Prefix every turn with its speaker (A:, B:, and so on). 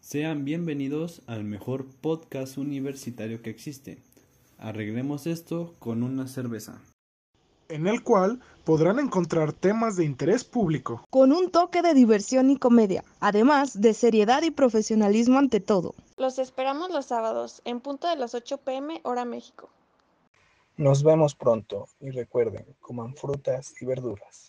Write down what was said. A: Sean bienvenidos al mejor podcast universitario que existe. Arreglemos esto con una cerveza.
B: en el cual podrán encontrar temas de interés público.
C: con un toque de diversión y comedia, además de seriedad y profesionalismo ante todo.
D: Los esperamos los sábados en punto de las 8 pm hora México.
E: Nos vemos pronto y recuerden, coman frutas y verduras.